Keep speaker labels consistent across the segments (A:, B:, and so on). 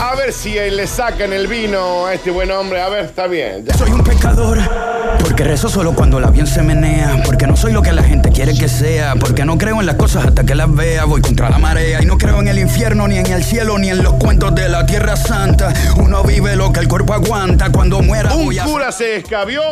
A: A ver si le sacan el vino a este buen hombre. A ver, está bien. ya.
B: Soy un pecador, porque rezo solo cuando el avión se menea, porque no soy lo que la gente quiere que sea, porque no creo en las cosas hasta que las vea, voy contra la marea y no creo en el infierno, ni en el cielo, ni en los cuentos de la tierra santa. Uno vive lo que el cuerpo aguanta, cuando muera
A: Un
B: voy a...
A: cura se escabió,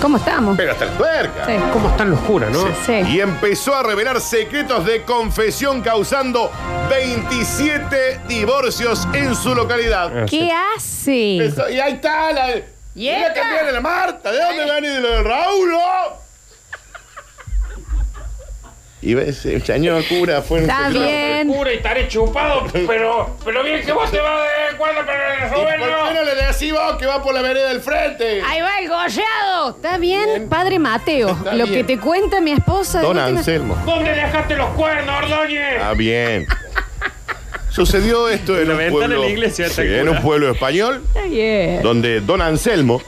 C: ¿Cómo estamos?
A: pero hasta el tuerca.
C: Sí.
D: ¿Cómo están los curas, no?
C: Sí.
A: Y empezó a revelar secretos de confesión causando 27 divorcios en su localidad.
D: Ah, sí.
C: ¿Qué hace?
A: Eso- y ahí está la...
C: ¿Y
A: Mira
C: esta?
A: que viene la Marta, ¿de dónde viene lo de Raúl? oh? Y ves, el señor cura fue un
C: Está
A: secreto.
C: bien.
D: Cura y estaré chupado, pero, pero bien que vos te vas eh, de cuadro, pero
A: ¿Y ¿Por qué no le decís vos que va por la vereda del frente?
C: Ahí va el golleado. ¿Está bien,
A: Bien.
C: padre Mateo?
A: Está
C: lo
A: bien.
C: que te cuenta mi esposa. de
A: Don
C: última-
A: Anselmo.
D: ¿Dónde dejaste los cuernos, Ordóñez?
A: Ah, bien. Sucedió esto en
D: la
A: un
D: ventana
A: pueblo,
D: de la iglesia
A: sí,
D: está el
A: en
D: cura.
A: un pueblo español
C: Está bien.
A: donde don Anselmo,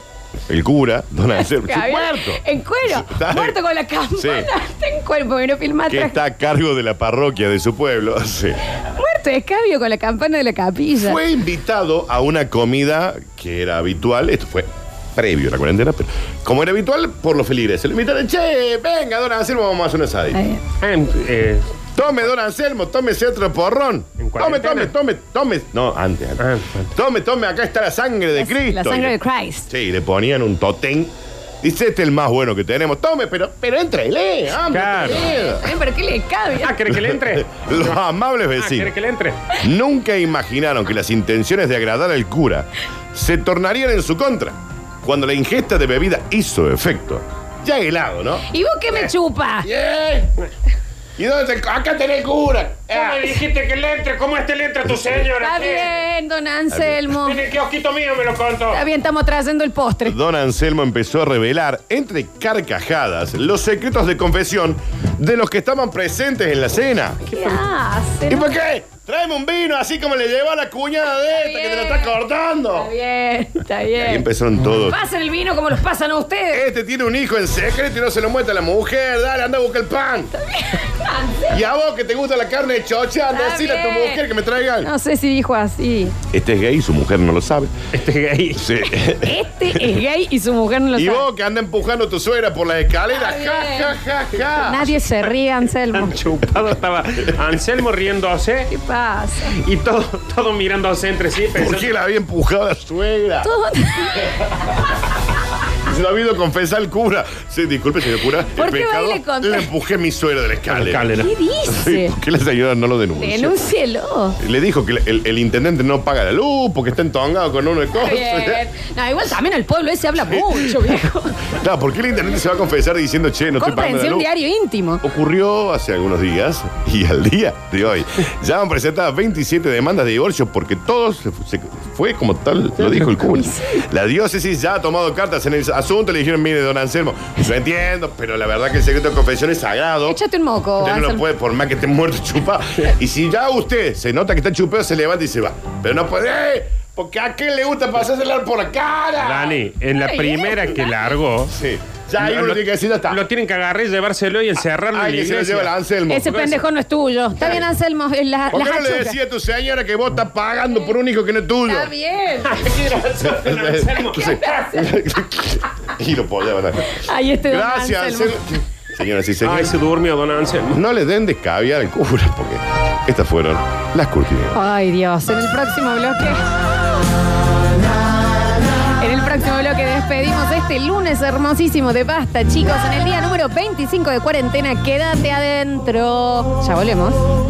A: el cura, don Anselmo, sí,
C: Gabriel,
A: muerto,
C: En cuero.
A: Está-
C: Muerto con la campana.
A: Sí.
C: Está en cuero porque no filma
A: que
C: atrás.
A: está a cargo de la parroquia de su pueblo, sí,
C: Muerto de escabio con la campana de la capilla.
A: fue invitado a una comida que era habitual, esto fue previo a la cuarentena, pero como era habitual, por los feligreses. Lo invitaron, che, venga, don Anselmo, vamos a hacer un asadito.
C: Está bien.
D: En, eh,
A: Tome, don Anselmo, tómese otro porrón. Tome,
D: ¿En cuarentena?
A: tome, tome, tome. No, antes. antes.
D: Ah, antes.
A: Tome, tome, acá está la sangre de
C: La-
A: Cristo.
C: la sangre
A: Y le-
C: de Christ.
A: Sí, le ponían un totén. Dice, este es el más bueno que tenemos. Tome, pero, pero entrele, hombre.
D: Claro.
A: entrele.
C: Ay, ¿Pero qué le escabio?
D: ah, ¿querés que le entre?
A: Los amables
D: Ah, ¿querés
A: vecinos
D: que le entre?
A: nunca imaginaron que las intenciones de agradar al cura se tornarían en su contra cuando la ingesta de bebida hizo efecto. Ya helado, ¿no?
C: ¿Y vos qué me chupa?
A: Yeah. ¿Y dónde? se- Acá tenés cura.
D: ¿Cómo
A: Ah.
D: me dijiste que le entre? ¿Cómo este le entra a tu señora?
C: Está
D: ¿Qué?
C: bien, don Anselmo.
D: En el kiosquito mío me lo contó.
C: Está bien, estamos trayendo el postre.
A: Don Anselmo empezó a revelar, entre carcajadas, los secretos de confesión de los que estaban presentes en la cena.
C: ¿Qué hace?
A: ¿Y
C: no?
A: por qué? Tráeme un vino, así como le lleva a la cuñada de esta que te lo está
C: Está
A: cortando.
C: bien, está
A: Y
C: bien.
A: empezaron todos.
C: Pasen el vino como los pasan a ustedes.
A: Este tiene un hijo en secreto y no se lo muestra a la mujer. Dale, anda a buscar el pan. Y a vos que te gusta la carne de chocha, anda a
C: Está
A: decirle a tu
C: bien.
A: mujer que me traigan.
C: No sé si dijo así.
A: Este es gay, su mujer no lo sabe.
D: Este gay.
A: Sí.
C: Este es gay y su mujer no lo
A: Y
C: sabe.
A: vos que anda empujando a tu suegra por las escaleras.
C: Está bien.
A: Ja, ja, ja, ja.
C: Nadie se ríe, Anselmo.
D: Tan chupado estaba Anselmo riéndose
C: ¿Qué pasa?
D: y todo, todo mirándose entre sí.
A: ¿Por qué
D: pensando-
A: la había empujado a la suegra?
C: Todo-
A: Se lo ha habido confesar al cura. Sí, disculpe, señor cura.
C: ¿Por
A: el
C: qué va y
A: pecado
C: le contó?
A: le empujé a mi suegra de la escalera.
D: Escalera.
C: ¿Qué
A: Sí,
C: dice?
A: ¿Por qué la señora no lo denunció?
C: Denúncielo.
A: Le dijo que el, el intendente no paga la luz porque está entongado con uno de
C: Está
A: cosas.
C: Bien. No, igual también el pueblo ese habla mucho, viejo.
A: No, ¿por qué el intendente se va a confesar diciendo, che, no estoy pagando la
C: Cómprense un
A: luz?
C: diario íntimo.
A: Ocurrió hace algunos días y al día de hoy. Ya han presentado 27 demandas de divorcio porque todos se, se- fue como tal, lo dijo el cura. La diócesis ya ha tomado cartas en el asunto. Le dijeron, mire, don Anselmo, lo entiendo, pero la verdad que el secreto de confesión es sagrado. Usted
C: Échate un moco,
A: no lo
C: Anselmo.
A: puede, por más que esté muerto, chupa. Y si ya usted se nota que está chupeo, se levanta y se va. Pero no puede, ¡eh! porque a qué le gusta pasársela por la cara.
D: Dani, en la
C: Ay,
D: primera
C: bien,
D: que
C: Dani.
D: largó,
A: Sí. Ya ahí uno tiene que decir, ya está.
D: lo tienen que agarrar y llevárselo y encerrarlo
A: Ay,
D: en la
A: que se lo
D: iglesia.
A: lleva el Anselmo.
C: Ese pendejo no es tuyo. Está bien, Anselmo. eh, La,
A: ¿Por
C: las
A: qué no le
C: achucas.
A: decía a tu señora que vos estás pagando por un hijo que no es tuyo?
C: Está bien.
A: Sí. y lo podía ¿verdad?
C: Ahí este don
A: Gracias, Anselmo.
C: Anselmo.
A: Señoras y
D: Ay,
A: señores,
D: se durmió don Anselmo.
A: no le den descabiar al cura, porque estas fueron las curtidas.
C: Ay, Dios. En el próximo bloque. En el próximo bloque despedimos este lunes hermosísimo de Basta, chicos. En el día número 25 de cuarentena, quédate adentro. Ya volvemos.